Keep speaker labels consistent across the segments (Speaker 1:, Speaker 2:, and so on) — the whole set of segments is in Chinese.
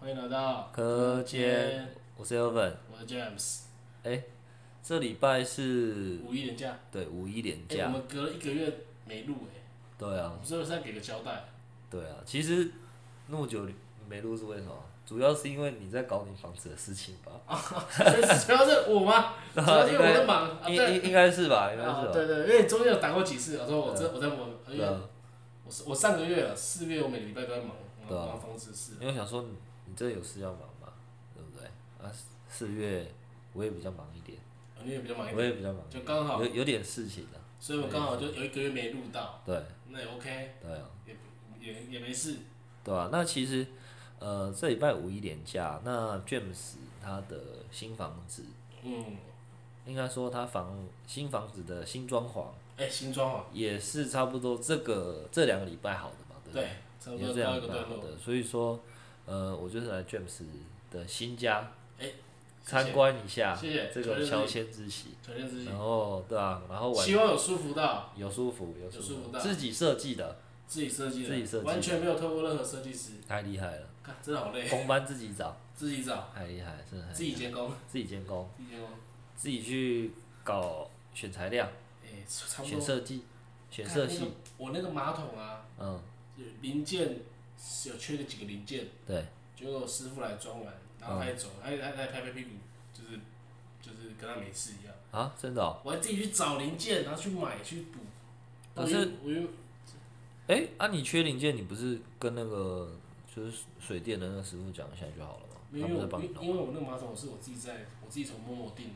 Speaker 1: 欢迎来到
Speaker 2: 柯间，我是 Elvin。
Speaker 1: 我是 James。
Speaker 2: 这礼拜是
Speaker 1: 五一连假，
Speaker 2: 对五一连
Speaker 1: 哎、我
Speaker 2: 假，
Speaker 1: 们隔了一个月没录哎、
Speaker 2: 对
Speaker 1: 我
Speaker 2: 啊，
Speaker 1: 们是不是要给个交代？
Speaker 2: 对啊。其实那么久没录是为什么？主要是因为你在搞你房子的事情吧？
Speaker 1: 主要是我 吗？ 主要是因为我在忙啊，
Speaker 2: 应
Speaker 1: 对。
Speaker 2: 应应该是吧？应该
Speaker 1: 啊
Speaker 2: 是，吧？
Speaker 1: 对对，因为中间有打过几次，我说我
Speaker 2: 嗯
Speaker 1: 这我在忙，因
Speaker 2: 对
Speaker 1: 为
Speaker 2: 啊，
Speaker 1: 我是我上个月啊四月，我每个礼拜都在忙
Speaker 2: 对啊
Speaker 1: 忙忙房子的事，
Speaker 2: 因为我想说你你这有事要忙嘛，对不对？啊，四月我也比较忙一点，
Speaker 1: 因为比较忙一
Speaker 2: 我
Speaker 1: 点，
Speaker 2: 也比较忙一
Speaker 1: 就
Speaker 2: 点，
Speaker 1: 刚好，
Speaker 2: 有有点事情啊。
Speaker 1: 所以我刚好就有一个月没录到，
Speaker 2: 对
Speaker 1: 那也 OK，
Speaker 2: 对啊。
Speaker 1: 也也也没事，
Speaker 2: 对啊，那其实呃，这礼拜五一连假，那 James 他的新房子，
Speaker 1: 嗯，
Speaker 2: 应该说他房新房子的新装潢
Speaker 1: 哎、新装潢，
Speaker 2: 也是差不多这个这两个礼拜好的嘛，啊对不
Speaker 1: 对，差不
Speaker 2: 也
Speaker 1: 多
Speaker 2: 是这
Speaker 1: 到
Speaker 2: 样啊
Speaker 1: 一个段
Speaker 2: 好
Speaker 1: 落，
Speaker 2: 的，所以说呃，我就是来 James 的新家
Speaker 1: 谢谢
Speaker 2: 参观一下
Speaker 1: 谢谢
Speaker 2: 这
Speaker 1: 确认
Speaker 2: 个
Speaker 1: 是
Speaker 2: 乔迁之喜，
Speaker 1: 承认自己
Speaker 2: 然，后对啊，然后晚
Speaker 1: 希望有舒服到。
Speaker 2: 有舒服有
Speaker 1: 有
Speaker 2: 舒
Speaker 1: 舒服
Speaker 2: 服，
Speaker 1: 到
Speaker 2: 自己设计的
Speaker 1: 自己设计的，
Speaker 2: 自己设计的
Speaker 1: 完全没有透过任何设计师，
Speaker 2: 太厉害了，
Speaker 1: 看真的好累，啊
Speaker 2: 工班自己找
Speaker 1: 自己找，
Speaker 2: 太厉害了，真的很
Speaker 1: 自己监工，
Speaker 2: 自己监工。
Speaker 1: 自己监工，
Speaker 2: 自己去搞选材料、
Speaker 1: 哎，差不
Speaker 2: 选
Speaker 1: 多。
Speaker 2: 设计、选设
Speaker 1: 看那
Speaker 2: 系
Speaker 1: 个，我那个马桶啊，
Speaker 2: 嗯，
Speaker 1: 零件有缺了几个零件，
Speaker 2: 对，
Speaker 1: 结果师傅来装完，然
Speaker 2: 嗯
Speaker 1: 后他也走，他他他拍拍屁股，就是就是跟他没事一样。
Speaker 2: 啊，真的、哦，
Speaker 1: 我还自己去找零件，然后去买去补。
Speaker 2: 可
Speaker 1: 我
Speaker 2: 是
Speaker 1: 又我又
Speaker 2: 哎、啊，你缺零件，你不是跟那个就是水电的那个师傅讲一下就好了吗？
Speaker 1: 没
Speaker 2: 他
Speaker 1: 有，因
Speaker 2: 不
Speaker 1: 为
Speaker 2: 是
Speaker 1: 我
Speaker 2: 帮你
Speaker 1: 因因
Speaker 2: 弄
Speaker 1: 为
Speaker 2: 吗？
Speaker 1: 我那个马桶是我自己在，我自己从某某订的。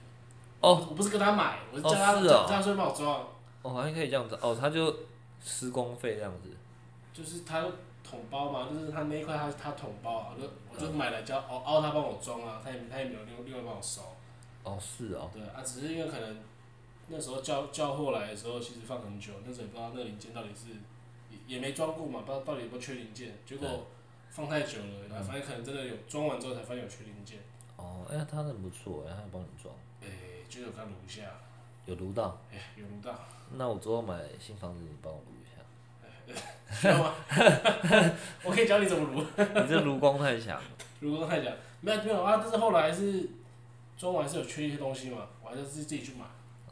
Speaker 2: 哦，
Speaker 1: 我不是跟他买，我是叫他
Speaker 2: 哦是哦
Speaker 1: 叫他说帮我装。
Speaker 2: 哦，好像可以这样子，哦，他就施工费这样子，
Speaker 1: 就是他桶包嘛，就是他那一块他他桶包啊，我就我就买了叫凹凹他帮我装啊，他也他也没有另另外帮我收，
Speaker 2: 哦，是哦，
Speaker 1: 对啊，只是因为可能那时候叫叫货来的时候，其实放很久，那时候也不知道那零件到底是也也没装过嘛，不知道到底有没有缺零件，结果放太久了，然后反正可能真的有装完之后才发现有缺零件，
Speaker 2: 哦，哎、他很不错，哎，他有帮你装，
Speaker 1: 诶、就有他撸一下，
Speaker 2: 有撸到，
Speaker 1: 诶、有撸到，
Speaker 2: 那我之后买新房子，你帮我撸一下，
Speaker 1: 需要吗？ 我可以教你怎么撸。
Speaker 2: 你这撸光太强了，
Speaker 1: 如果太讲，没有没有啊，但是后来是中午还是有缺一些东西嘛，我还是自己去买，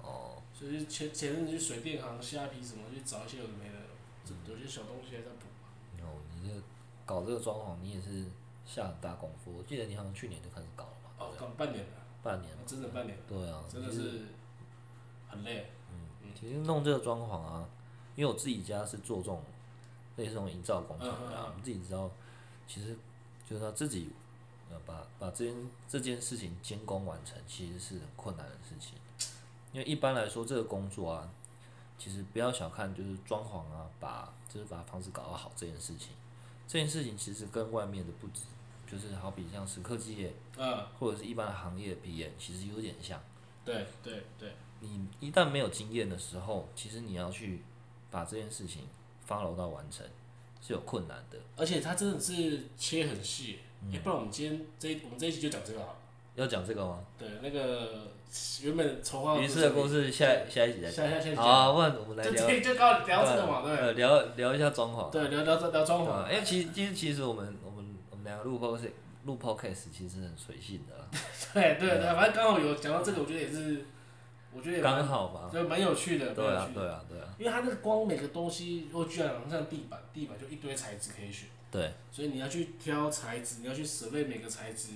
Speaker 2: 哦，
Speaker 1: 所以就前前阵子去水电行虾皮什么去找一些有的没的，有些小东西还在补。
Speaker 2: 哦，你这搞这个装潢，你也是下很大功夫，我记得你好像去年就开始搞了嘛，
Speaker 1: 哦，搞了半年了，
Speaker 2: 半年了。
Speaker 1: 真的半年，
Speaker 2: 对啊，
Speaker 1: 真的
Speaker 2: 其实
Speaker 1: 是很累。
Speaker 2: 嗯其实弄这个装潢啊，因为我自己家是做这种类似这种营造工程的、
Speaker 1: 嗯嗯
Speaker 2: 啊
Speaker 1: 嗯，
Speaker 2: 我们自己知道，其实就是要自己呃把把这件这件事情监工完成，其实是很困难的事情。因为一般来说，这个工作啊，其实不要小看就是装潢啊，把就是把房子搞得好这件事情，这件事情其实跟外面的不止，就是好比像石科技业
Speaker 1: 嗯，
Speaker 2: 或者是一般的行业的 PM，其实有点像。
Speaker 1: 对对对，
Speaker 2: 你一旦没有经验的时候，其实你要去把这件事情 follow 到完成是有困难的。
Speaker 1: 而且它真的是切很细，
Speaker 2: 嗯
Speaker 1: 哎、不然我们今天这一我们这一集就讲这个好了。
Speaker 2: 要讲这个吗？
Speaker 1: 对，那个原本筹划
Speaker 2: 于是的故事下下一集再
Speaker 1: 下下下一集
Speaker 2: 讲。好啊，不然我们来
Speaker 1: 就
Speaker 2: 聊
Speaker 1: 就就刚好聊这个嘛，对
Speaker 2: 呃聊聊一下装潢。
Speaker 1: 对，聊聊聊装
Speaker 2: 对
Speaker 1: 潢
Speaker 2: 啊，，因为其实其实其实我们我们我们两个录 podcast 录 podcast 其实很随性的啊，
Speaker 1: 对对对，反正刚好有讲到这个，我觉得也是，我觉得也蛮
Speaker 2: 啊刚好嘛。
Speaker 1: 对蛮有趣的，
Speaker 2: 对
Speaker 1: 蛮有
Speaker 2: 啊
Speaker 1: 趣的。
Speaker 2: 对啊对啊
Speaker 1: 因为它那个光每个东西，如果居然像地板，地板就一堆材质可以选，
Speaker 2: 对，
Speaker 1: 所以你要去挑材质，你要去 survey 每个材质，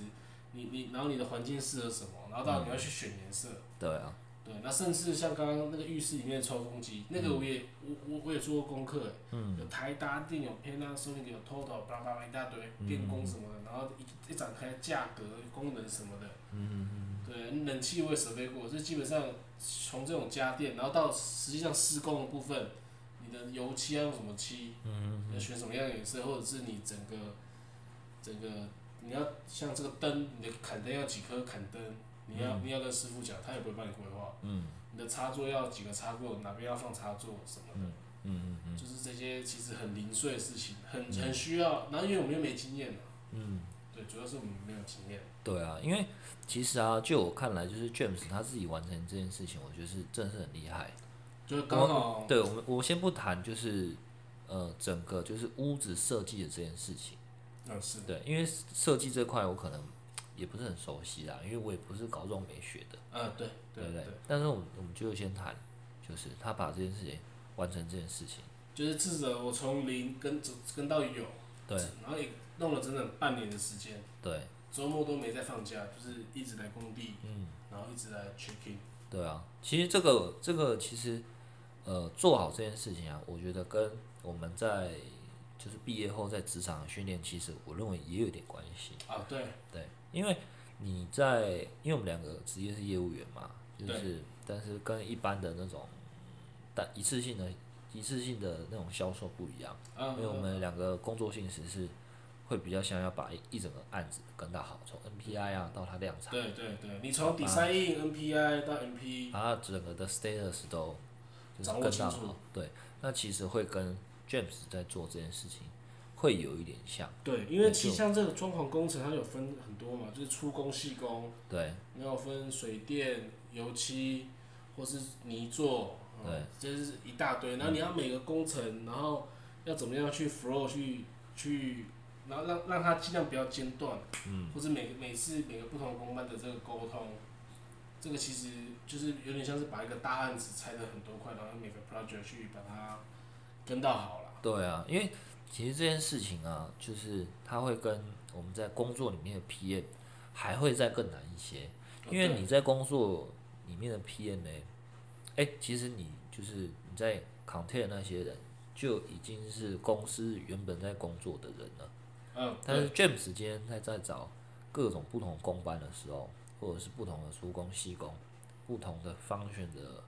Speaker 1: 你你然后你的环境适合什么，然后到你要去选颜色，
Speaker 2: 对啊，
Speaker 1: 对，那甚至像刚刚那个浴室里面的抽风机，那个我也、我我我也做过功课，嗯，有台达电，有偏大收益，有 total，巴拉巴拉一大堆
Speaker 2: 嗯
Speaker 1: 电工什么的，然后一一展开价格、功能什么的，嗯对，冷气我也设备过，所以基本上从这种家电，然后到实际上施工的部分，你的油漆要用什么漆，嗯，要选什么样的颜色，或者是你整个整个你要像这个灯，你的砍灯要几颗砍灯，你要、你要跟师傅讲，他也不会帮你规划。
Speaker 2: 嗯
Speaker 1: 你的插座要几个插座，哪边要放插座什么的，
Speaker 2: 嗯嗯嗯
Speaker 1: 就是这些其实很零碎的事情，很很需要。然后因为我们又没经验嘛，
Speaker 2: 嗯。
Speaker 1: 对，主要是我们没有经验。
Speaker 2: 对啊，因为其实啊，就我看来，就是 James 他自己完成这件事情，我觉得是真的是很厉害。
Speaker 1: 就是刚好，
Speaker 2: 对我们，我先不谈就是呃整个就是屋子设计的这件事情，
Speaker 1: 嗯，是，
Speaker 2: 对，因为设计这块我可能也不是很熟悉啦，因为我也不是搞这种美学的，
Speaker 1: 嗯，对，
Speaker 2: 对
Speaker 1: 对
Speaker 2: 不对？但是我们我们就先谈，就是他把这件事情完成这件事情，
Speaker 1: 就是至少我从零跟跟到有，
Speaker 2: 对
Speaker 1: 然后也弄了整整半年的时间，
Speaker 2: 对，
Speaker 1: 周末都没在放假，就是一直来工地，
Speaker 2: 嗯，
Speaker 1: 然后一直来 check in，
Speaker 2: 对啊，其实这个这个其实，呃，做好这件事情啊，我觉得跟我们在就是毕业后在职场的训练，其实我认为也有点关系。
Speaker 1: 啊，对，
Speaker 2: 对，因为你在，因为我们两个职业是业务员嘛，就是，但是跟一般的那种，但一次性的、一次性的那种销售不一样，
Speaker 1: 啊
Speaker 2: 因，为我们两个工作性质是会比较想要把一一整个案子跟到好，从 NPI 啊到它量产，
Speaker 1: 对对对，你从 design NPI 到 MP，
Speaker 2: 把它啊整个的 status 都就是
Speaker 1: 掌握
Speaker 2: 跟
Speaker 1: 清
Speaker 2: 到
Speaker 1: 楚
Speaker 2: 好，对，那其实会跟 James 在做这件事情会有一点像，
Speaker 1: 对，因为其实像这个装潢工程，它有分很多嘛，就是粗工、细工，
Speaker 2: 对
Speaker 1: 然后分水电、油漆或是泥做，嗯，这是一大堆。然后你要每个工程，然后要怎么样去 flow 去去，然后让让它尽量不要间断，嗯，或是每每次每个不同工班的这个沟通，这个其实就是有点像是把一个大案子拆成很多块，然后每个 project 去把它跟到好了。
Speaker 2: 对啊，因为其实这件事情啊，就是它会跟我们在工作里面的 PM 还会再更难一些，
Speaker 1: 啊
Speaker 2: 因为你在工作里面的 PM 呢，哎，其实你就是你在 content 那些人就已经是公司原本在工作的人了，
Speaker 1: 嗯，
Speaker 2: 但是 James 今天在在找各种不同的工班的时候，或者是不同的出工、细工、不同的 function 的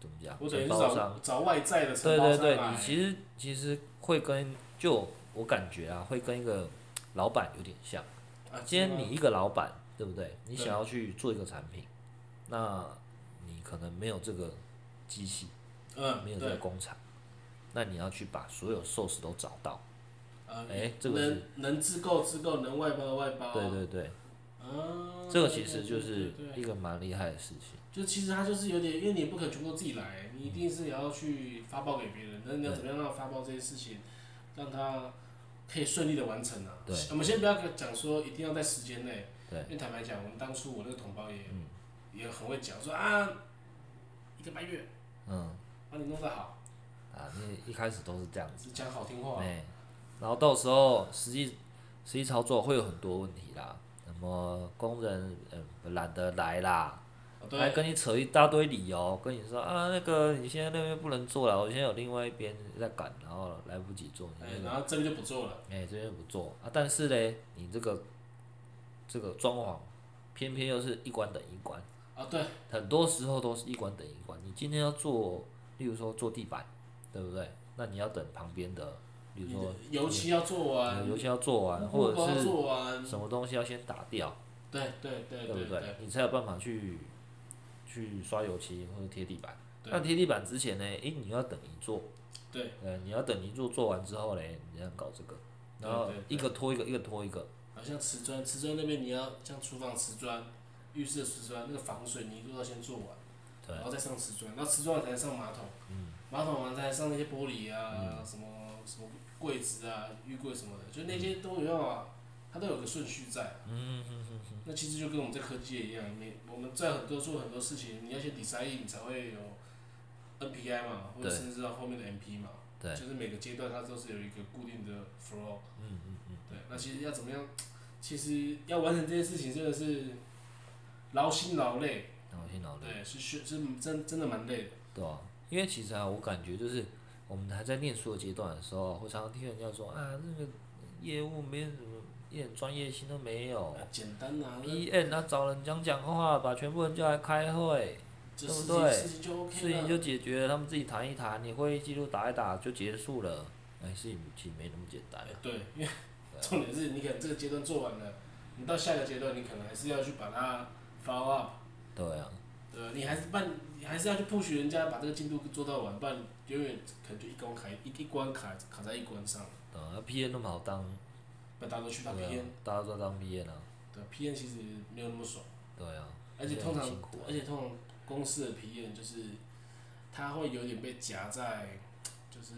Speaker 2: 怎么讲，
Speaker 1: 我等于是
Speaker 2: 承包商
Speaker 1: 找找外在的承
Speaker 2: 对
Speaker 1: 包
Speaker 2: 对
Speaker 1: 商来，
Speaker 2: 对，你其实其实会跟就我感觉啊，会跟一个老板有点像。
Speaker 1: 啊
Speaker 2: 今天
Speaker 1: 是吗
Speaker 2: 你一个老板，对不对？你
Speaker 1: 对
Speaker 2: 想要去做一个产品，那你可能没有这个机器，
Speaker 1: 嗯
Speaker 2: 没有这个
Speaker 1: 对
Speaker 2: 工厂，那你要去把所有 source 都找到。
Speaker 1: 呃
Speaker 2: 哎这个
Speaker 1: 能
Speaker 2: 是
Speaker 1: 能自购自购，能外包外包，
Speaker 2: 对对对，
Speaker 1: 啊，
Speaker 2: 这个其实
Speaker 1: 对
Speaker 2: 就
Speaker 1: 对
Speaker 2: 是
Speaker 1: 对对
Speaker 2: 一个蛮厉害的事情。
Speaker 1: 就其实它就是有点，因为你也不可能全部自己来，你一定是也要去发包给别人。那你要
Speaker 2: 对
Speaker 1: 怎么样让它发包这些事情，让它可以顺利的完成啊？
Speaker 2: 对
Speaker 1: 我们先不要讲说一定要在时间内，
Speaker 2: 对
Speaker 1: 因为坦白讲，我们当初我那个同胞也、
Speaker 2: 嗯
Speaker 1: 也很会讲说啊，一个半月
Speaker 2: 嗯，
Speaker 1: 把你弄得好，
Speaker 2: 啊，因为一开始都是这样子。
Speaker 1: 只讲好听话
Speaker 2: 哎、，然后到时候实际实际操作会有很多问题啦，什么工人嗯懒得来啦，
Speaker 1: 哦
Speaker 2: 还
Speaker 1: 对，
Speaker 2: 跟你扯一大堆理由，跟你说啊那个你现在那边不能做了，我现在有另外一边在赶，然后来不及做，你
Speaker 1: 哎
Speaker 2: 那，个
Speaker 1: 然后这边就不做了，
Speaker 2: 哎、这边不做啊，但是嘞你这个这个装潢偏偏又是一关等一关，
Speaker 1: 啊对，
Speaker 2: 很多时候都是一关等一关，你今天要做，例如说做地板，对不对？那你要等旁边的，比如
Speaker 1: 你
Speaker 2: 说
Speaker 1: 的油漆要做完，
Speaker 2: 尤其要做完，
Speaker 1: 木
Speaker 2: 或
Speaker 1: 工
Speaker 2: 者
Speaker 1: 要
Speaker 2: 是
Speaker 1: 嗯做完，
Speaker 2: 什么东西要先打掉，
Speaker 1: 啊对对对
Speaker 2: 不
Speaker 1: 对，
Speaker 2: 你才有办法去去刷油漆或者贴地板。
Speaker 1: 对
Speaker 2: 那贴地板之前呢，诶、你要等泥做，
Speaker 1: 对，
Speaker 2: 呃，你要等泥做做完之后呢，你要搞这个，然后
Speaker 1: 对对对
Speaker 2: 一个拖一个，一个拖一个，
Speaker 1: 好像瓷砖，瓷砖那边你要像厨房瓷砖、浴室的瓷砖，那个防水泥都要先做完，
Speaker 2: 对嗯
Speaker 1: 然后再上瓷砖，然后瓷砖完才上马桶，马桶完才上那些玻璃啊，什么什么柜子啊、浴柜什么的，就
Speaker 2: 嗯
Speaker 1: 那些都有办法，它都有个顺序在、嗯那其实就跟我们在科技也一样，你我们在很多做很多事情，你要先 design，你才会有 NPI 嘛，或者
Speaker 2: 对
Speaker 1: 甚至到后面的 MP 嘛。
Speaker 2: 对
Speaker 1: 就是每个阶段它都是有一个固定的 flow。嗯嗯嗯。对，那其实要怎么样？其实要完成这件事情真的是劳心劳累，
Speaker 2: 然后先脑力，
Speaker 1: 对，是是是真真的蛮累的。
Speaker 2: 对吧、因为其实啊，我感觉就是我们还在念书的阶段的时候，会常常听人家说啊，那个业务没有什么一点专业性都没有。
Speaker 1: 啊简单啊，那
Speaker 2: P N 他找人讲讲话，把全部人叫来开会，
Speaker 1: 这
Speaker 2: 对不
Speaker 1: 事
Speaker 2: 对
Speaker 1: 情事情就
Speaker 2: 事
Speaker 1: OK
Speaker 2: 情
Speaker 1: 了。
Speaker 2: 就解决了，他们自己谈一谈，你会议记录打一打就结束了。哎，事情其实没那么简单
Speaker 1: 哎
Speaker 2: 啊、
Speaker 1: 对，因为重点是你可能这个阶段做完了，你到下一个阶段你可能还是要去把它 follow up，
Speaker 2: 对啊，
Speaker 1: 对，你还是办，你还是要去 push 人家把这个进度做到完，不然永远可能就一关卡一一关卡卡在一关上，
Speaker 2: 对啊，P N 那么好当，
Speaker 1: 不然大家都去当
Speaker 2: 对啊
Speaker 1: PN，
Speaker 2: 大家都在当 P N 啊，
Speaker 1: 对，PN 其实没有那么爽，
Speaker 2: 对啊，
Speaker 1: 而且
Speaker 2: 这
Speaker 1: 通
Speaker 2: 很
Speaker 1: 常
Speaker 2: 辛苦啊，
Speaker 1: 而且通常公司的 PN 就是他会有点被夹在，就是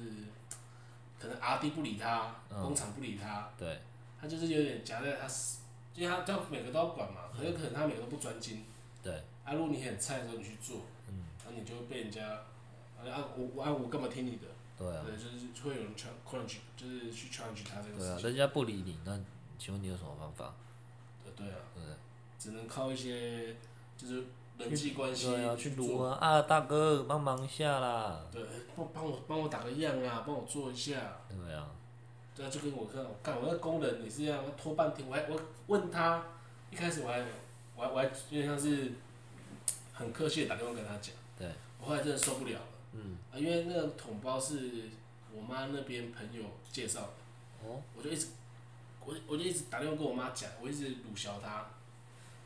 Speaker 1: 可能 R D 不理他，
Speaker 2: 嗯
Speaker 1: 工厂不理他，
Speaker 2: 对
Speaker 1: 他就是有点夹在他死，因为他他每个都要管嘛，很有可能他每个都不专精。
Speaker 2: 对。
Speaker 1: 啊，如果你很菜的时候你去做，嗯，那你就会被人家，啊我我啊我干嘛听你的？
Speaker 2: 对啊，
Speaker 1: 对，就是会有人 challenge challenge，就是去 challenge 他这个
Speaker 2: 对啊
Speaker 1: 事，情。
Speaker 2: 人家不理你，那请问你有什么方法？
Speaker 1: 呃对啊，
Speaker 2: 对不对？
Speaker 1: 只能靠一些就是人际关系
Speaker 2: 对啊，去
Speaker 1: 做
Speaker 2: 撸啊啊，大哥帮忙一下啦，
Speaker 1: 对，帮帮我帮我打个样啊，帮我做一下。
Speaker 2: 对啊，
Speaker 1: 对啊，就跟我看我干我那工人也是一样，拖半天，我还我问他，一开始我还我还我还有点像是很客气的打电话跟他讲，
Speaker 2: 对，
Speaker 1: 我后来真的受不了了，
Speaker 2: 嗯，
Speaker 1: 啊，因为那个桶包是我妈那边朋友介绍的，
Speaker 2: 哦，
Speaker 1: 我就一直我我就一直打电话跟我妈讲，我一直鲁小她，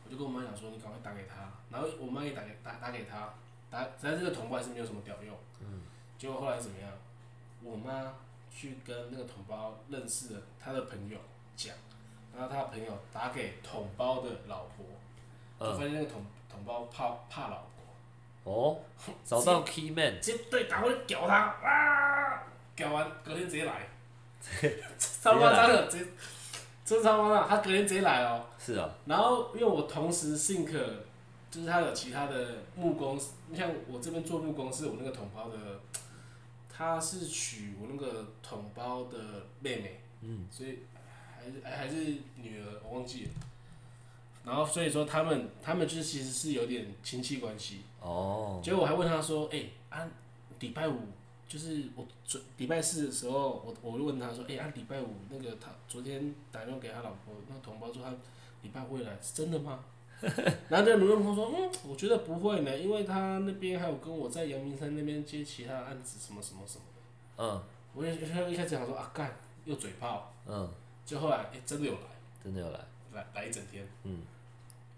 Speaker 1: 我就跟我妈讲说你赶快打给她，然后我妈也打给打打给她，打但是这个同胞还是没有什么屌用。
Speaker 2: 嗯。
Speaker 1: 结果后来怎么样？我妈去跟那个同胞认识的她的朋友讲，然后她的朋友打给同胞的老婆，就
Speaker 2: 嗯
Speaker 1: 发，现那个同同胞怕怕老婆，
Speaker 2: 哦，找 到 key man，
Speaker 1: 直接对打过去屌她啊！屌完隔天直接来，超夸张的，直接真的超夸张，他隔天直接来哦。
Speaker 2: 是啊，
Speaker 1: 然后因为我同时 sync，就是他有其他的木工，你像我这边做木工是我那个同胞的，他是娶我那个同胞的妹妹，
Speaker 2: 嗯，
Speaker 1: 所以还是还还是女儿，我忘记了。然后所以说他们他们就是其实是有点亲戚关系。
Speaker 2: 哦，
Speaker 1: 结果我还问他说：“哎、啊，礼拜五就是我昨礼拜四的时候，我我就问他说：‘哎、啊，礼拜五那个他昨天打电话给他老婆，那同胞说他礼拜会来，是真的吗？’ 然后这卢润峰说：‘嗯，我觉得不会呢，因为他那边还有跟我在阳明山那边接其他的案子，什么什么什么。
Speaker 2: 嗯’
Speaker 1: 我也我一开始想说啊，干又嘴炮，
Speaker 2: 嗯，
Speaker 1: 就后来哎、真的有来，
Speaker 2: 真的有来，
Speaker 1: 来来一整天，
Speaker 2: 嗯，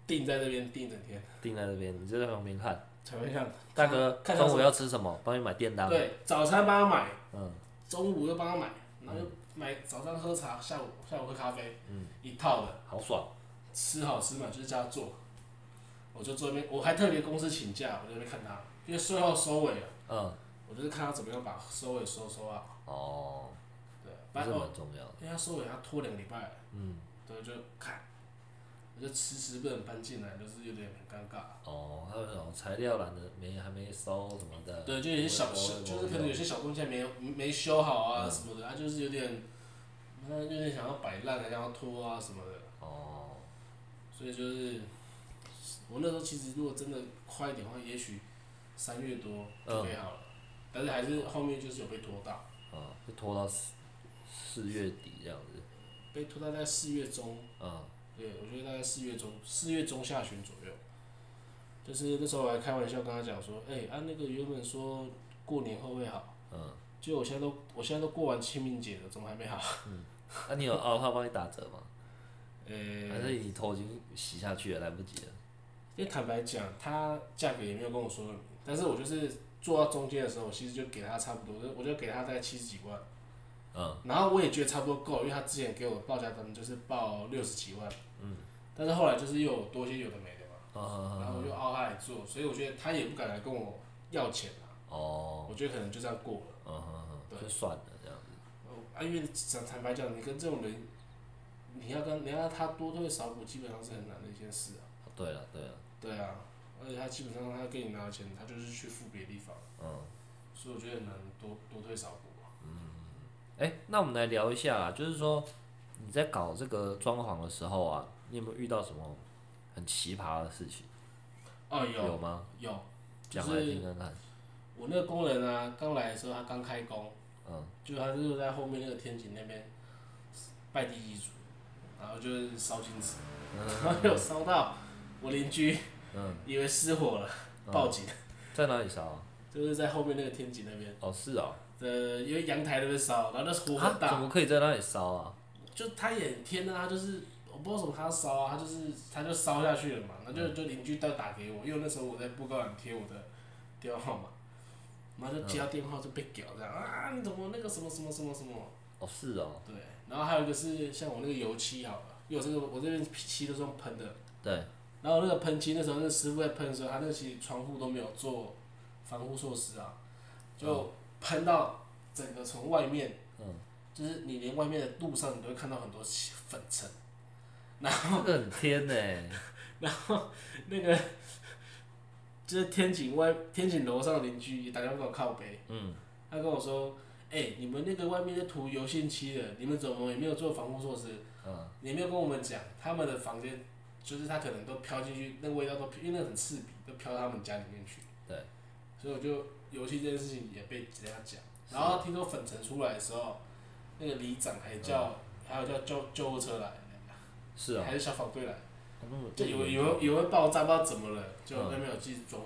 Speaker 1: 定在那边定一整天，
Speaker 2: 定在这边，你就在旁边看，
Speaker 1: 才会像
Speaker 2: 大哥，
Speaker 1: 看到
Speaker 2: 中午要吃什么？帮你买便当，
Speaker 1: 对早餐帮他买。”
Speaker 2: 嗯，
Speaker 1: 中午又帮他买，然后又买早上喝茶，下午下午喝咖啡，
Speaker 2: 嗯
Speaker 1: 一套的，
Speaker 2: 好爽，
Speaker 1: 吃好吃嘛，就是叫他做。我就坐那边，我还特别公司请假，我就在那边看他，因为最后收尾了，
Speaker 2: 嗯，
Speaker 1: 我就是看他怎么样把收尾收收好。
Speaker 2: 哦，
Speaker 1: 对，
Speaker 2: 这
Speaker 1: 反正我
Speaker 2: 蛮重要的，
Speaker 1: 因为他收尾他拖两个礼拜，
Speaker 2: 嗯，
Speaker 1: 对，就看，我就迟迟不能搬进来，就是有点很尴尬。
Speaker 2: 哦，还有那种材料懒得没还没收什么的，
Speaker 1: 对，就有些小
Speaker 2: 呃我
Speaker 1: 小，
Speaker 2: 我嗯
Speaker 1: 就是可能有些小东西还没有没修好啊什么的，他就是有点，他有点想要摆烂啊，想要拖啊什么的。
Speaker 2: 哦，
Speaker 1: 所以就是我那时候其实如果真的快一点的话，也许三月多就可以好了，但是还是后面就是有被拖到，
Speaker 2: 嗯，就拖到四四月底这样子，
Speaker 1: 被拖到在四月中，
Speaker 2: 嗯，
Speaker 1: 对我觉得大概四月中四月中下旬左右，就是那时候我还开玩笑跟他讲说，哎、按那个原本说过年后会好，
Speaker 2: 嗯，
Speaker 1: 就我现在都我现在都过完清明节了，怎么还没好？
Speaker 2: 那你有哦，他帮你打折吗？
Speaker 1: 呃、
Speaker 2: 还是你头已经洗下去了，来不及了？
Speaker 1: 因为坦白讲，她价格也没有跟我说明，但是我就是做到中间的时候，我其实就给她差不多，我就给她大概七十几万，
Speaker 2: 嗯，
Speaker 1: 然后我也觉得差不多够，因为她之前给我报价单就是报六十几万，
Speaker 2: 嗯，
Speaker 1: 但是后来就是又有多些有的没的嘛，然后我
Speaker 2: 哦
Speaker 1: 就傲他来做，所以我觉得她也不敢来跟我要钱啊，
Speaker 2: 哦，
Speaker 1: 我觉得可能就这样过了。
Speaker 2: 嗯嗯嗯，
Speaker 1: 对
Speaker 2: 就算了这样子，
Speaker 1: 哦啊，因为坦坦白讲，你跟这种人，你要跟你要他多退少补，基本上是很难的一件事啊。
Speaker 2: 对了对了，
Speaker 1: 对啊，而且他基本上他给你拿的钱，他就是去付别的地方。
Speaker 2: 嗯。
Speaker 1: 所以我觉得很难多多退少补啊吧。
Speaker 2: 哎，那我们来聊一下啦，就是说你在搞这个装潢的时候啊，你有没有遇到什么很奇葩的事情？
Speaker 1: 哦，有
Speaker 2: 吗？
Speaker 1: 有，就
Speaker 2: 讲来听
Speaker 1: 是
Speaker 2: 听看。
Speaker 1: 我那个工人啊，刚来的时候他刚开工，
Speaker 2: 嗯，
Speaker 1: 就他就是在后面那个天井那边拜地祭祖，然后就是烧金纸，然后有烧到我邻居，
Speaker 2: 嗯，
Speaker 1: 以为失火了，
Speaker 2: 嗯
Speaker 1: 报警，
Speaker 2: 在哪里烧啊？
Speaker 1: 就是在后面那个天井那边，
Speaker 2: 哦，是哦。
Speaker 1: 呃，因为阳台那边烧，然后那火
Speaker 2: 啊
Speaker 1: 很，
Speaker 2: 怎
Speaker 1: 大，
Speaker 2: 么可以在那里烧啊？
Speaker 1: 就他也很天啊，他就是。我不知道怎么他烧啊，他就是他就烧下去了嘛，然后就就邻居都打给我，因为那时候我在布告栏贴我的电话号码，然后就接到电话就被屌这样啊，你怎么那个什么什么什么什么？
Speaker 2: 哦，是哦。
Speaker 1: 对，然后还有一个是像我那个油漆好了，因为我这个我这边漆都是用喷的，
Speaker 2: 对，
Speaker 1: 然后那个喷漆那时候那师傅在喷的时候，他那其实窗户都没有做防护措施啊，就喷到整个从外面
Speaker 2: 嗯，
Speaker 1: 就是你连外面的路上你都会看到很多粉尘，
Speaker 2: 这个很天呢、
Speaker 1: 然后 那个就是天井外天井楼上的邻居也打电话跟我靠背，
Speaker 2: 嗯，
Speaker 1: 他跟我说：“哎、你们那个外面在涂油性漆的，你们怎么也没有做防护措施？
Speaker 2: 嗯，
Speaker 1: 也没有跟我们讲，他们的房间就是他可能都飘进去，那个味道都因为那个很刺鼻，都飘到他们家里面去。
Speaker 2: 对，
Speaker 1: 所以我就油漆这件事情也被人家讲，然后听说粉尘出来的时候，那个里长还叫、还有叫救救护车来，
Speaker 2: 嗯是啊、
Speaker 1: 还是消防队来，
Speaker 2: 哦，那么
Speaker 1: 就有
Speaker 2: 有
Speaker 1: 有有人爆炸，不知道怎么了，就
Speaker 2: 嗯
Speaker 1: 那边有继续装潢。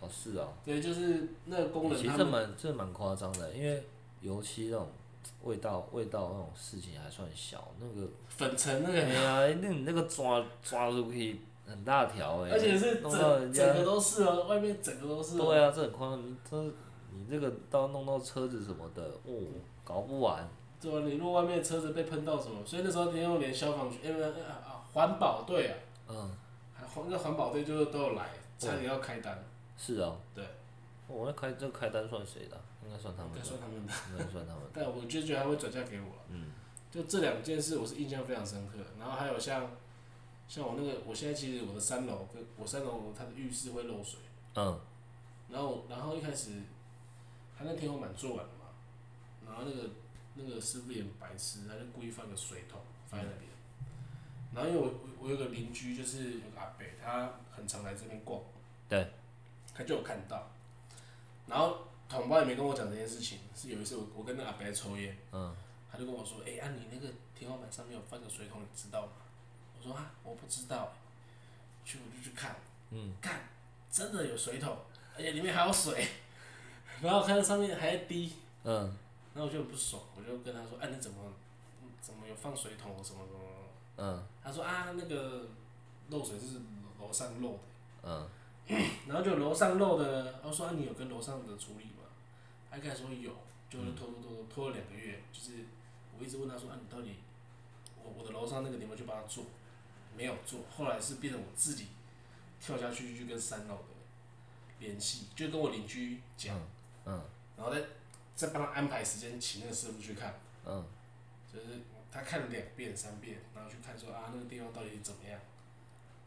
Speaker 2: 哦是啊、
Speaker 1: 对，就是那个工人
Speaker 2: 其
Speaker 1: 他
Speaker 2: 实这
Speaker 1: 们
Speaker 2: 蛮这蛮夸张的，因为油漆那种味道味道那种事情还算小，那个
Speaker 1: 粉尘那
Speaker 2: 哎
Speaker 1: 个，
Speaker 2: 呀，那你那个抓抓出去很大条哎、
Speaker 1: 而且是
Speaker 2: 弄到
Speaker 1: 整
Speaker 2: 人家
Speaker 1: 整个都是哦，外面整个都是哦。
Speaker 2: 对啊，这很夸张，你这你这个到弄到车子什么的，哦，搞不完，
Speaker 1: 对啊，你如果外面的车子被喷到什么，所以那时候天佑连消防局，哎、不是呃啊，环保队啊，
Speaker 2: 嗯，
Speaker 1: 还环那环保队就是都有来，差点要开单，
Speaker 2: 是啊、
Speaker 1: 对，
Speaker 2: 我、那开这个开单算谁的啊？应该算他们
Speaker 1: 再
Speaker 2: 的，
Speaker 1: 说他们的，
Speaker 2: 应该算他们的，
Speaker 1: 但我就觉得他会转嫁给我了。
Speaker 2: 嗯，
Speaker 1: 就这两件事我是印象非常深刻，然后还有像像我那个，我现在其实我的三楼跟我三楼它的浴室会漏水，
Speaker 2: 嗯，
Speaker 1: 然后然后一开始他那天我满做完了嘛，然后那个那个师傅也很白痴，他就故意放个水桶放在那边。然后因为我我我有个邻居就是有个阿伯，他很常来这边逛，
Speaker 2: 对，
Speaker 1: 他就有看到，然后同胞也没跟我讲这件事情，是有一次我我跟那个阿伯在抽烟，
Speaker 2: 嗯，
Speaker 1: 他就跟我说，哎、啊你那个天花板上面有放个水桶，你知道吗？我说啊我不知道、去我就去看，
Speaker 2: 嗯，
Speaker 1: 看真的有水桶，而且里面还有水， 然后看到上面还在滴，
Speaker 2: 嗯，
Speaker 1: 然后我就很不爽，我就跟他说，哎、你怎么怎么有放水桶啊什么什么什么？
Speaker 2: 嗯，
Speaker 1: 他说啊，那个漏水是楼上漏的，
Speaker 2: 嗯，
Speaker 1: 然后就楼上漏的呢，他说、啊、你有跟楼上的处理吗？他跟他说有，
Speaker 2: 嗯
Speaker 1: 就是拖拖拖拖拖了两个月，就是我一直问他说啊，你到底我我的楼上那个你有没有去帮他做？没有做，后来是变成我自己跳下去去跟三楼的联系，就跟我邻居讲，
Speaker 2: 嗯，嗯，
Speaker 1: 然后再再帮他安排时间请那个师傅去看。
Speaker 2: 嗯，
Speaker 1: 就是他看了两遍、三遍，然后去看说啊那个地方到底怎么样，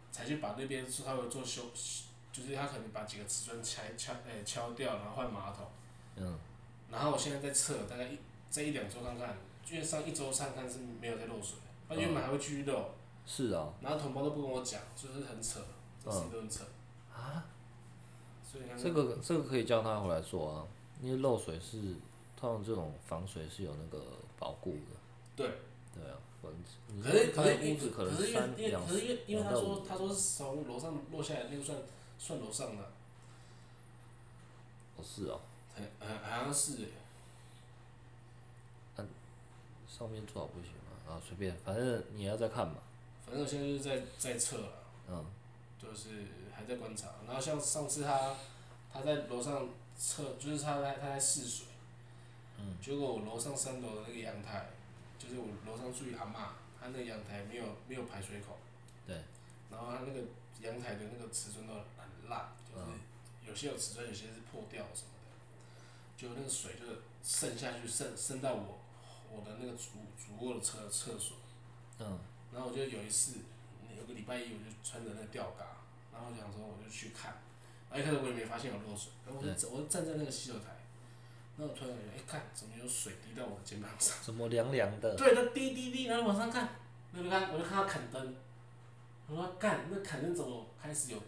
Speaker 1: 才去把那边稍微做修，就是他可能把几个瓷砖拆敲诶、敲掉，然后换马桶。
Speaker 2: 嗯，
Speaker 1: 然后我现在在测，大概一这一两周看看，因为上一周上看是没有在漏水，那原本还会继续漏，
Speaker 2: 是啊、
Speaker 1: 然后同胞都不跟我讲，就是很扯，这事情都很扯。
Speaker 2: 啊，
Speaker 1: 所以他
Speaker 2: 这
Speaker 1: 们
Speaker 2: 个这个可以叫他回来做啊，因为漏水是通常这种防水是有那个保固的，
Speaker 1: 对，
Speaker 2: 对啊，不然你
Speaker 1: 可是
Speaker 2: 他
Speaker 1: 可
Speaker 2: 的
Speaker 1: 是
Speaker 2: 屋子可能
Speaker 1: 是因为
Speaker 2: 三
Speaker 1: 因为
Speaker 2: 两
Speaker 1: 可是因为因为他
Speaker 2: 两到
Speaker 1: 说
Speaker 2: 五
Speaker 1: 他说是从楼上落下来那个算算楼上的，
Speaker 2: 哦是哦，
Speaker 1: 很很好像是、欸。
Speaker 2: 上面做好不行吗？啊随便，反正你要再看嘛，
Speaker 1: 反正我现在就是在在测了，
Speaker 2: 嗯
Speaker 1: 就是还在观察。然后像上次他他在楼上测，就是他在他在试水，
Speaker 2: 嗯，
Speaker 1: 结果我楼上三楼的那个阳台，就是我楼上住一阿嬷，她那个阳台没有没有排水口，
Speaker 2: 对，
Speaker 1: 然后她那个阳台的那个瓷砖都很烂，就是
Speaker 2: 嗯
Speaker 1: 有些有瓷砖，有些是破掉什么的，就那个水就渗下去，渗渗到我我的那个主主卧的厕厕所。
Speaker 2: 嗯
Speaker 1: 然后我就有一次，有个礼拜一我就穿着那个吊嘎，然后我想说我就去看，然后一开始我也没发现有漏水，然后我就走我就站在那个洗手台，然后我突然感觉，哎、看怎么有水滴到我的肩膀上？
Speaker 2: 怎么凉凉的，
Speaker 1: 对，它滴滴滴，然后往上看，那就看我就看到砍灯，我说干，那砍灯怎么开始有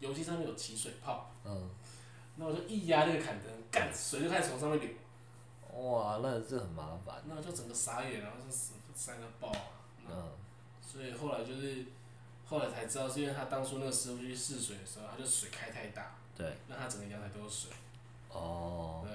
Speaker 1: 油漆上面有起水泡？
Speaker 2: 嗯
Speaker 1: 那我就一压那个砍灯，干水就开始从上面流，
Speaker 2: 哇那这很麻烦，
Speaker 1: 那我就整个傻眼，然后就死塞到爆啊！那
Speaker 2: 嗯
Speaker 1: 所以后来就是后来才知道，是因为他当初那个师傅去试水的时候，他就水开太大，
Speaker 2: 对
Speaker 1: 让他整个阳台都有水。
Speaker 2: 哦
Speaker 1: 对，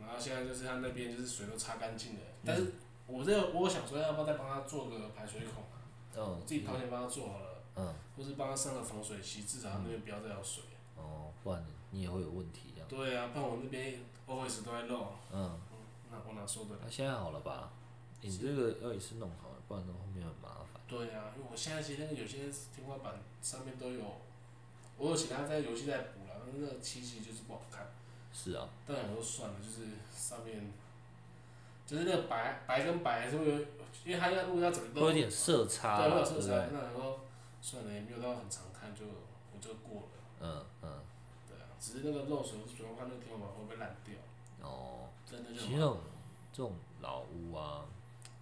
Speaker 1: 然后现在就是他那边就是水都擦干净了，
Speaker 2: 嗯
Speaker 1: 但是我这个我有想说要不要再帮他做个排水孔啊，
Speaker 2: 嗯
Speaker 1: 我自己掏钱帮他做好了，
Speaker 2: 嗯
Speaker 1: 或是帮他上个防水漆，至少他那边不要再有水。
Speaker 2: 哦，不然你也会有问题这样，
Speaker 1: 对啊，不然我那边 always 都在漏，
Speaker 2: 嗯。
Speaker 1: 嗯那我哪受得了？
Speaker 2: 那、现在好了吧？你这个要一次弄好了，不然的话后面很麻烦。
Speaker 1: 对啊，因为我现在其实那个有些天花板上面都有，我有请他在游戏在补了，但是那个漆其实就是不好看。
Speaker 2: 是啊，
Speaker 1: 但想说算了，就是上面只是那个白白跟白还是会有，因为它要如果要整个
Speaker 2: 会有点色差
Speaker 1: 对，
Speaker 2: 啦，
Speaker 1: 会有
Speaker 2: 对
Speaker 1: 色
Speaker 2: 不
Speaker 1: 差
Speaker 2: 对？。
Speaker 1: 那然后算了，也没有到很常看，就我就过了。
Speaker 2: 嗯嗯，
Speaker 1: 对啊，只是那个漏水，我是主要怕那个天花板会不会烂掉，
Speaker 2: 哦，
Speaker 1: 真的就
Speaker 2: 其
Speaker 1: 很
Speaker 2: 实那
Speaker 1: 麻
Speaker 2: 种这种老屋啊，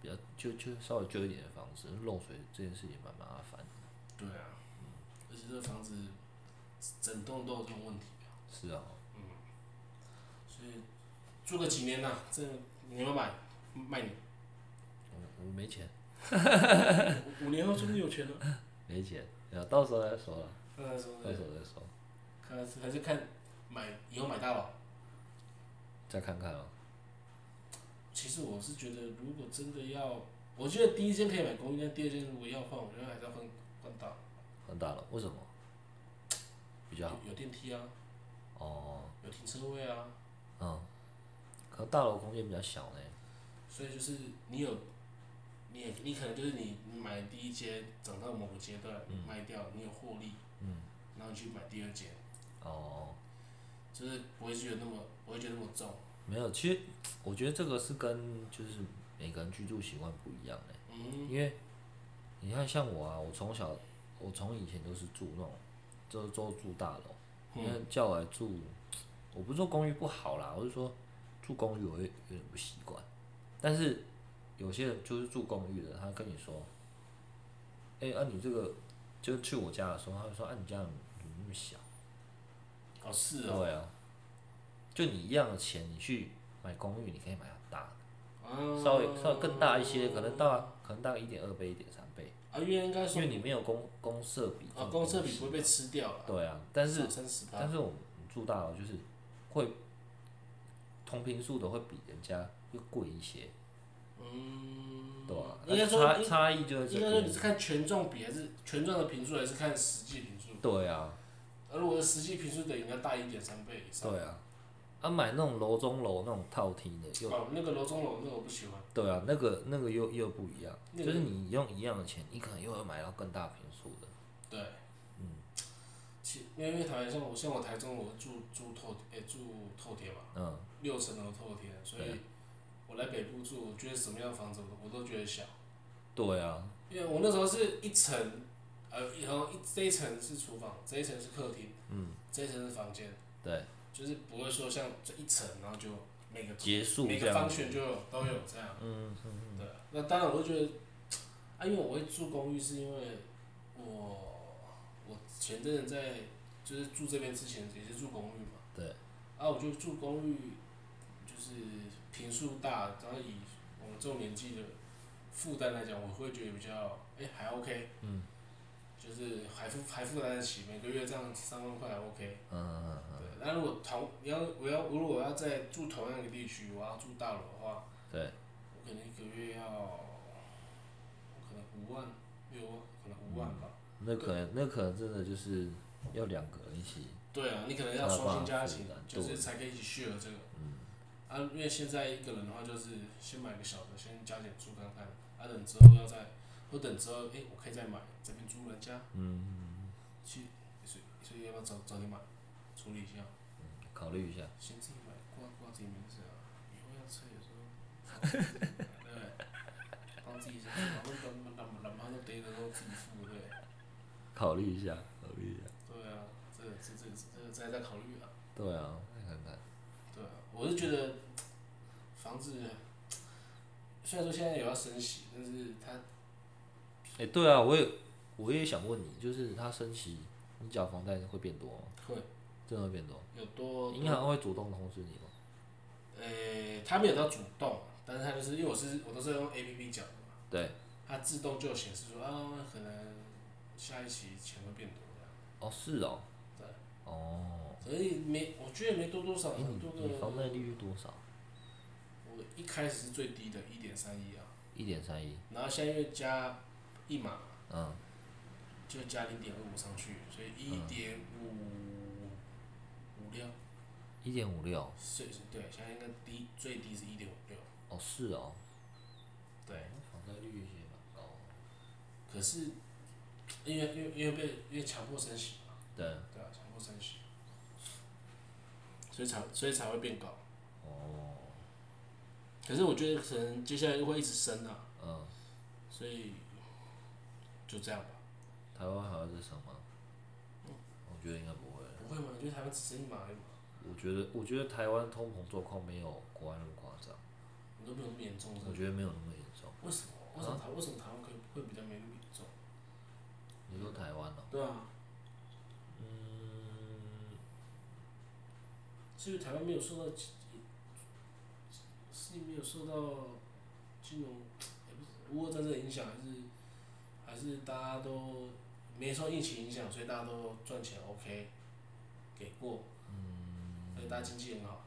Speaker 2: 比较就就稍微旧一点的房子，漏水这件事情蛮麻烦的。
Speaker 1: 烦对啊，而且这个房子整栋都有这种问题啊，
Speaker 2: 是啊，
Speaker 1: 所以住个几年呐、这你要不要买卖你，
Speaker 2: 我我没钱，
Speaker 1: 五五年后说不定有钱了。
Speaker 2: 没钱，啊，到时候再说了，
Speaker 1: 那时候
Speaker 2: 到时候再说，
Speaker 1: 看还是看买以后买大楼。
Speaker 2: 再看看啊。
Speaker 1: 其实我是觉得，如果真的要，我觉得第一间可以买公寓，但第二间如果要换，我觉得还是要换换大楼，
Speaker 2: 很大了，为什么？比较好
Speaker 1: 有有电梯啊，
Speaker 2: 哦，
Speaker 1: 有停车位啊，
Speaker 2: 嗯，可大楼空间比较小呢。
Speaker 1: 所以就是你有，你也你可能就是你你买第一间，涨到某个阶段、
Speaker 2: 嗯
Speaker 1: 卖掉，你有获利，嗯，然后你去买第二间，
Speaker 2: 哦，
Speaker 1: 就是不会觉得那么不会觉得那么重，
Speaker 2: 没有，其实我觉得这个是跟就是每个人居住习惯不一样呢。
Speaker 1: 嗯，
Speaker 2: 因为你看像我啊，我从小我从以前都是住那种，就是都住大楼，
Speaker 1: 嗯
Speaker 2: 因为叫我来住，我不是说公寓不好啦，我是说住公寓我会有点不习惯。但是有些人就是住公寓的，他跟你说，哎、啊你这个就去我家的时候，他就说啊你家怎么那么小？
Speaker 1: 哦是哦，
Speaker 2: 对啊，就你一样的钱，你去买公寓，你可以买很大的，
Speaker 1: 啊，
Speaker 2: 哦稍微稍微更大一些，可能大可能大一点二倍、一点三倍。
Speaker 1: 啊，因为应该
Speaker 2: 因
Speaker 1: 说
Speaker 2: 为你没有公公社比这
Speaker 1: 啊
Speaker 2: 种东西，
Speaker 1: 公厕比不会被吃掉了，
Speaker 2: 对啊，但是
Speaker 1: 三十八
Speaker 2: 但是我们住大楼就是会同频数的会比人家会贵一些，嗯，对吧、啊？
Speaker 1: 应该说
Speaker 2: 差
Speaker 1: 应
Speaker 2: 差异就在这
Speaker 1: 应该说
Speaker 2: 边
Speaker 1: 你是，看权重比还是权重的频数，还是看实际频数？
Speaker 2: 对啊，
Speaker 1: 而如果实际频数等于要大一点三倍以上，
Speaker 2: 对啊，啊买那种楼中楼那种套厅的又
Speaker 1: 哦，那个楼中楼那个我不喜欢，
Speaker 2: 对啊，那个那个又又不一样，
Speaker 1: 那
Speaker 2: 就
Speaker 1: 个
Speaker 2: 是你用一样的钱，你可能又要买到更大频数的，
Speaker 1: 对，嗯，其因为因为台湾像我像我台中我住住透诶、住透天嘛，
Speaker 2: 嗯，
Speaker 1: 六层楼透天，所以我来北部住，我觉得什么样的房子我都我都觉得小，
Speaker 2: 对啊，
Speaker 1: 因为我那时候是一层，呃，然后一这一层是厨房，这一层是客厅，嗯，这一层是房间，
Speaker 2: 对，
Speaker 1: 就是不会说像这一层然后就每个
Speaker 2: 结束
Speaker 1: 每
Speaker 2: 这
Speaker 1: 个
Speaker 2: 样
Speaker 1: 方
Speaker 2: 子，
Speaker 1: 选就有都有这样。嗯嗯对，那当然我会觉得，啊，因为我会住公寓，是因为我我前阵子在就是住这边之前也是住公寓嘛。
Speaker 2: 对。
Speaker 1: 啊，我就住公寓，就是平数大，然后以我们这种年纪的负担来讲，我会觉得比较哎、还 OK。嗯。就是还负还负担得起，每个月这样三万块还 OK。
Speaker 2: 嗯嗯嗯，
Speaker 1: 对，那如果同你要我要如果我要在住同样一个地区，我要住大楼的话，
Speaker 2: 对，
Speaker 1: 我可能一个月要，可能五万六万，可能五万吧。
Speaker 2: 那可能那可能真的就是要两个人一起。
Speaker 1: 对啊，你可能要
Speaker 2: 才有
Speaker 1: 双薪
Speaker 2: 办法
Speaker 1: 家
Speaker 2: 负
Speaker 1: 庭
Speaker 2: 担，
Speaker 1: 就
Speaker 2: 对
Speaker 1: 是才可以一起 share 这个。啊，因为现在一个人的话，就是先买个小的，先加点住看看，啊，等之后要再，或等之后，哎、我可以再买，这边租人家。嗯。去，所以所以要不要早早点买，处理一下。
Speaker 2: 考虑一下。
Speaker 1: 先自己买挂挂自己名字啊，以后要车有时候，对不对？帮自己先付，然后然后然后就得着都自己付，对不对？
Speaker 2: 考虑一下，考虑一下。
Speaker 1: 对啊，这个这这这个再再考虑啊，
Speaker 2: 对啊，再看看。
Speaker 1: 对啊，我是觉得房子虽然说现在有要升息，但是它
Speaker 2: 哎、对啊，我也我也想问你，就是它升息，你缴房贷会变多吗？
Speaker 1: 会
Speaker 2: 真的会变多？
Speaker 1: 有多
Speaker 2: 银行会主动通知你吗？
Speaker 1: 呃，它没有到主动，但是它就是因为我是我都是用 A P P 缴的嘛，
Speaker 2: 对，
Speaker 1: 它自动就显示说啊，可能下一期钱会变多这样。
Speaker 2: 哦，是哦。
Speaker 1: 对。
Speaker 2: 哦，
Speaker 1: 所以没，我觉得没多多少
Speaker 2: 哎、
Speaker 1: 少，
Speaker 2: 你
Speaker 1: 多
Speaker 2: 你房贷
Speaker 1: 个。
Speaker 2: 利率多少？
Speaker 1: 我一开始是最低的，一点三一啊，
Speaker 2: 一点三一。
Speaker 1: 然后现在又加一码，
Speaker 2: 嗯，
Speaker 1: 就加零点二五上去，所以一点五五六，
Speaker 2: 一点五六。
Speaker 1: 所以是对，现在应该低最低是一点五六，
Speaker 2: 哦，是哦。
Speaker 1: 对。
Speaker 2: 房贷利率也蛮高的。
Speaker 1: 可是因为因为因为被因为强迫升息嘛，
Speaker 2: 对。
Speaker 1: 对啊，强迫升息，所以才所以才会变高。
Speaker 2: 哦。
Speaker 1: 可是我觉得可能接下来会一直升啊，
Speaker 2: 嗯，
Speaker 1: 所以就这样吧。
Speaker 2: 台湾还要再升吗？我觉得应该不会。
Speaker 1: 不会吗？你觉得台湾只升一码而已吗？
Speaker 2: 我觉得，我觉得台湾通膨状况没有国外那么夸张，
Speaker 1: 你都没有那么严重，是
Speaker 2: 我
Speaker 1: 吧
Speaker 2: 觉得没有那么严重。
Speaker 1: 为什么？为什么台为什么台湾可以会比较没那么严重？
Speaker 2: 你说台湾哦呢、
Speaker 1: 对啊，
Speaker 2: 嗯，
Speaker 1: 是因为台湾没有受到金，是没有受到金融，也不是乌俄战争的影响，还是还是大家都没受疫情影响，所以大家都赚钱 OK，给过，嗯，而且大家经济很好，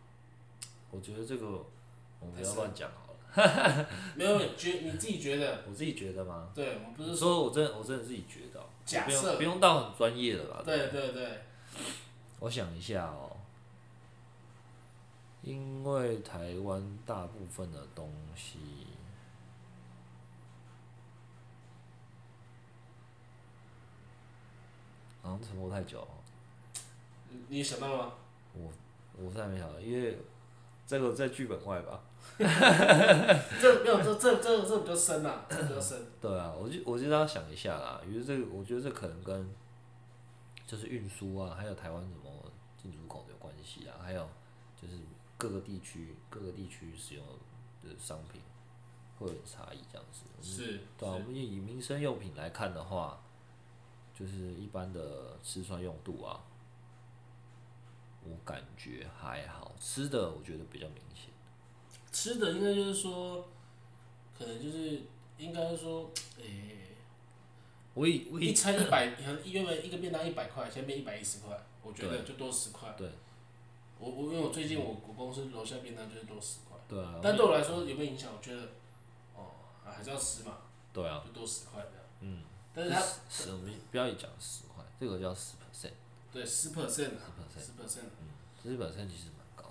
Speaker 2: 我觉得这个我们不要乱讲好了。
Speaker 1: 没有觉你自己觉得，
Speaker 2: 我自己觉得吗？
Speaker 1: 对，我不
Speaker 2: 不是
Speaker 1: 是
Speaker 2: 说我真的我真的自己觉得哦、
Speaker 1: 假
Speaker 2: 不
Speaker 1: 设
Speaker 2: 用不用到很专业的吧？
Speaker 1: 对对对，
Speaker 2: 我想一下哦、因为台湾大部分的东西，好像沉默太久、哦，
Speaker 1: 你你想到吗？
Speaker 2: 我我实在没想到，因为这个在剧本外吧。
Speaker 1: 这没有这这这这比较深啊，这比较深，
Speaker 2: 对啊，我就我就要想一下啦，于是这个我觉得这可能跟就是运输啊，还有台湾怎么进出口有关系啊，还有就是各个地区各个地区使用的商品会有差异这样子。
Speaker 1: 是
Speaker 2: 对啊，我们以民生用品来看的话，就是一般的吃穿用度啊，我感觉还好，吃的我觉得比较明显。
Speaker 1: 吃的应该就是说，可能就是应该说，诶、
Speaker 2: 我以我
Speaker 1: 一
Speaker 2: 以
Speaker 1: 餐一百，可能原本一个便当一百块，现在变一百一十块，我觉得就多十块。
Speaker 2: 对
Speaker 1: 我我因为我最近我我公司楼下便当就是多十块，
Speaker 2: 对啊，
Speaker 1: 但对我来说有没有影响？我觉得，哦，啊还是要吃嘛，
Speaker 2: 对啊，
Speaker 1: 就多十块这样。
Speaker 2: 嗯。
Speaker 1: 但是它
Speaker 2: 十，我们不要讲十块，这个叫十 percent，
Speaker 1: 对十 percent 啊
Speaker 2: 十 percent，
Speaker 1: 十 percent，
Speaker 2: 十 percent 其实蛮高的。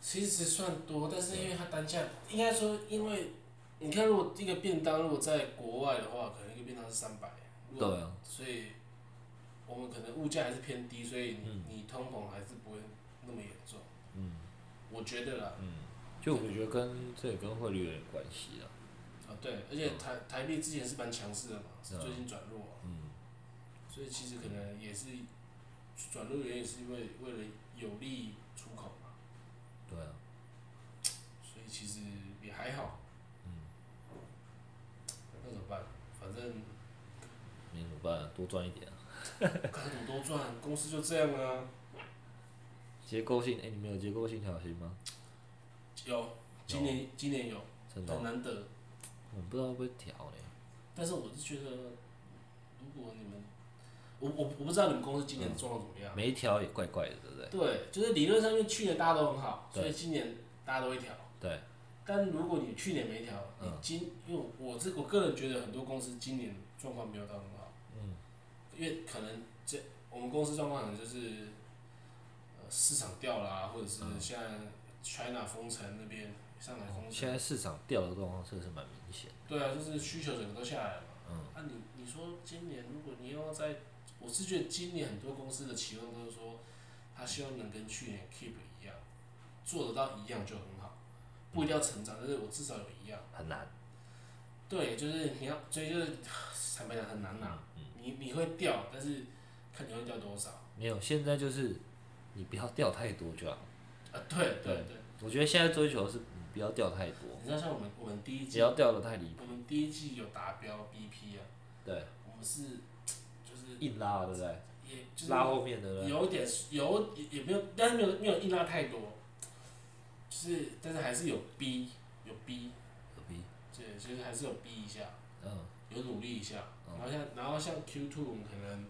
Speaker 1: 其实算多，但是因为它单价，应该说因为你看，如果一个便当如果在国外的话，可能一个便当是三百，如果
Speaker 2: 对啊，
Speaker 1: 所以我们可能物价还是偏低，所以你、你通膨还是不会那么严重。
Speaker 2: 嗯，
Speaker 1: 我觉得啦，
Speaker 2: 就我觉得跟这也跟汇率有点关系啊。
Speaker 1: 啊对，而且台台币之前是蛮强势的嘛，
Speaker 2: 是啊
Speaker 1: 最近转弱啊、
Speaker 2: 嗯，
Speaker 1: 所以其实可能也是转弱原因也是因为为了有利出口嘛，
Speaker 2: 对啊，
Speaker 1: 所以其实也还好。嗯，那怎么办？反正
Speaker 2: 你怎么办？多赚一点啊。
Speaker 1: 该怎么都赚，公司就这样啊。
Speaker 2: 结构性，哎、你们有结构性调薪吗？
Speaker 1: 有，今年今年有，
Speaker 2: 真的哦
Speaker 1: 很，难得。
Speaker 2: 我不知道会不会调嘞。
Speaker 1: 但是我是觉得，如果你们，我我我不知道你们公司今年状况怎么样。
Speaker 2: 没调也怪怪的，对不对？
Speaker 1: 对，就是理论上，因为去年大家都很好，
Speaker 2: 对
Speaker 1: 所以今年大家都会调。
Speaker 2: 对，
Speaker 1: 但如果你去年没调，你
Speaker 2: 嗯
Speaker 1: 今因为我这我个人觉得很多公司今年状况没有到很好，
Speaker 2: 嗯，
Speaker 1: 因为可能这我们公司状况可能就是，呃，市场掉了、啊，或者是
Speaker 2: 嗯
Speaker 1: 现在 China 封城那边上海封
Speaker 2: 哦现
Speaker 1: 城，
Speaker 2: 在市场掉的状况真的是蛮明显的。
Speaker 1: 对啊，就是需求整个都下来了嘛。
Speaker 2: 嗯，
Speaker 1: 啊你，你说今年如果你要在，我是觉得今年很多公司的期望都是说，他希望能跟去年 keep 一样，做得到一样就很好，不一定要成长，但是我至少有一样。
Speaker 2: 很难。
Speaker 1: 对，就是你要，所以就是 坦白讲很难拿，
Speaker 2: 嗯
Speaker 1: 你你会掉，但是看你会掉多少
Speaker 2: 没有，现在就是你不要掉太多就好。
Speaker 1: 啊？对对对，
Speaker 2: 我觉得现在追求的是你不要掉太多，
Speaker 1: 你知道像我们我们第一
Speaker 2: 只
Speaker 1: 季，
Speaker 2: 要掉的太离谱，
Speaker 1: 我们第一季有达标 BP 啊，
Speaker 2: 对，
Speaker 1: 我们是就是
Speaker 2: 硬拉，对不对？
Speaker 1: 也就是
Speaker 2: 拉后面的人，
Speaker 1: 有一点有也也没有，但是没有没有硬拉太多，就是但是还是有逼有逼，
Speaker 2: 何必？
Speaker 1: 对，就是还是有逼一下，
Speaker 2: 嗯，
Speaker 1: 有努力一下。
Speaker 2: 嗯
Speaker 1: 然后像然后像 Q two 我们可能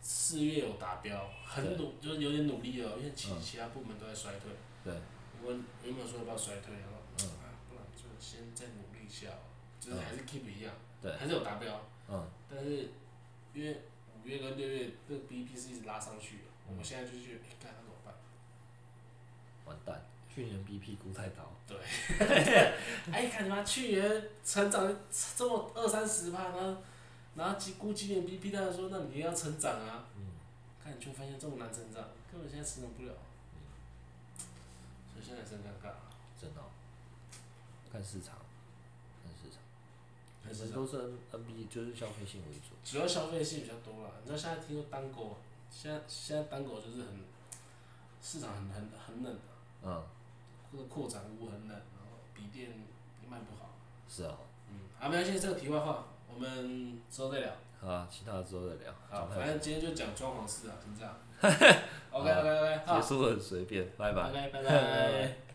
Speaker 1: 四月有达标，很
Speaker 2: 对
Speaker 1: 努就是有点努力哦了，因为其
Speaker 2: 嗯
Speaker 1: 其他部门都在衰退。
Speaker 2: 对，
Speaker 1: 我们原本说要不要衰退，然后
Speaker 2: 嗯
Speaker 1: 啊不然就先再努力一下哦，就是
Speaker 2: 嗯
Speaker 1: 还是 keep 一样，
Speaker 2: 对
Speaker 1: 还是有达标。
Speaker 2: 嗯，
Speaker 1: 但是因为五月跟六月这个 BP 是一直拉上去的，我们现在就觉得，哎、干那怎么办？
Speaker 2: 完蛋，去年 BP 估太高，
Speaker 1: 哎，干你妈！去年成长这么二三十趴，然后然后估今年 BP 大家说，那你要成长啊，
Speaker 2: 嗯，
Speaker 1: 看你就发现这么难成长，根本现在成长不了，所以现在是很尴尬。
Speaker 2: 真的哦、看市场，看市场，
Speaker 1: 还
Speaker 2: 我
Speaker 1: 是
Speaker 2: 们都是 N N B，就是消费性为主。
Speaker 1: 主要消费性比较多啦。你知道现在听说单狗，啊现在现在单狗就是很市场很很很冷啊，
Speaker 2: 嗯，
Speaker 1: 这个扩展屋很冷，然后笔电也卖不好。
Speaker 2: 是啊，
Speaker 1: 嗯，啊，没关系，这个题外话，我们之后再聊。
Speaker 2: 好啊，其他的之后再聊。
Speaker 1: 好，
Speaker 2: 讲太
Speaker 1: 反正今天就讲装潢事啊，先这样。OK OK OK，
Speaker 2: 多
Speaker 1: 好
Speaker 2: 结束了很随便，拜拜。
Speaker 1: ，OK，拜
Speaker 2: 拜
Speaker 1: 拜
Speaker 2: 拜。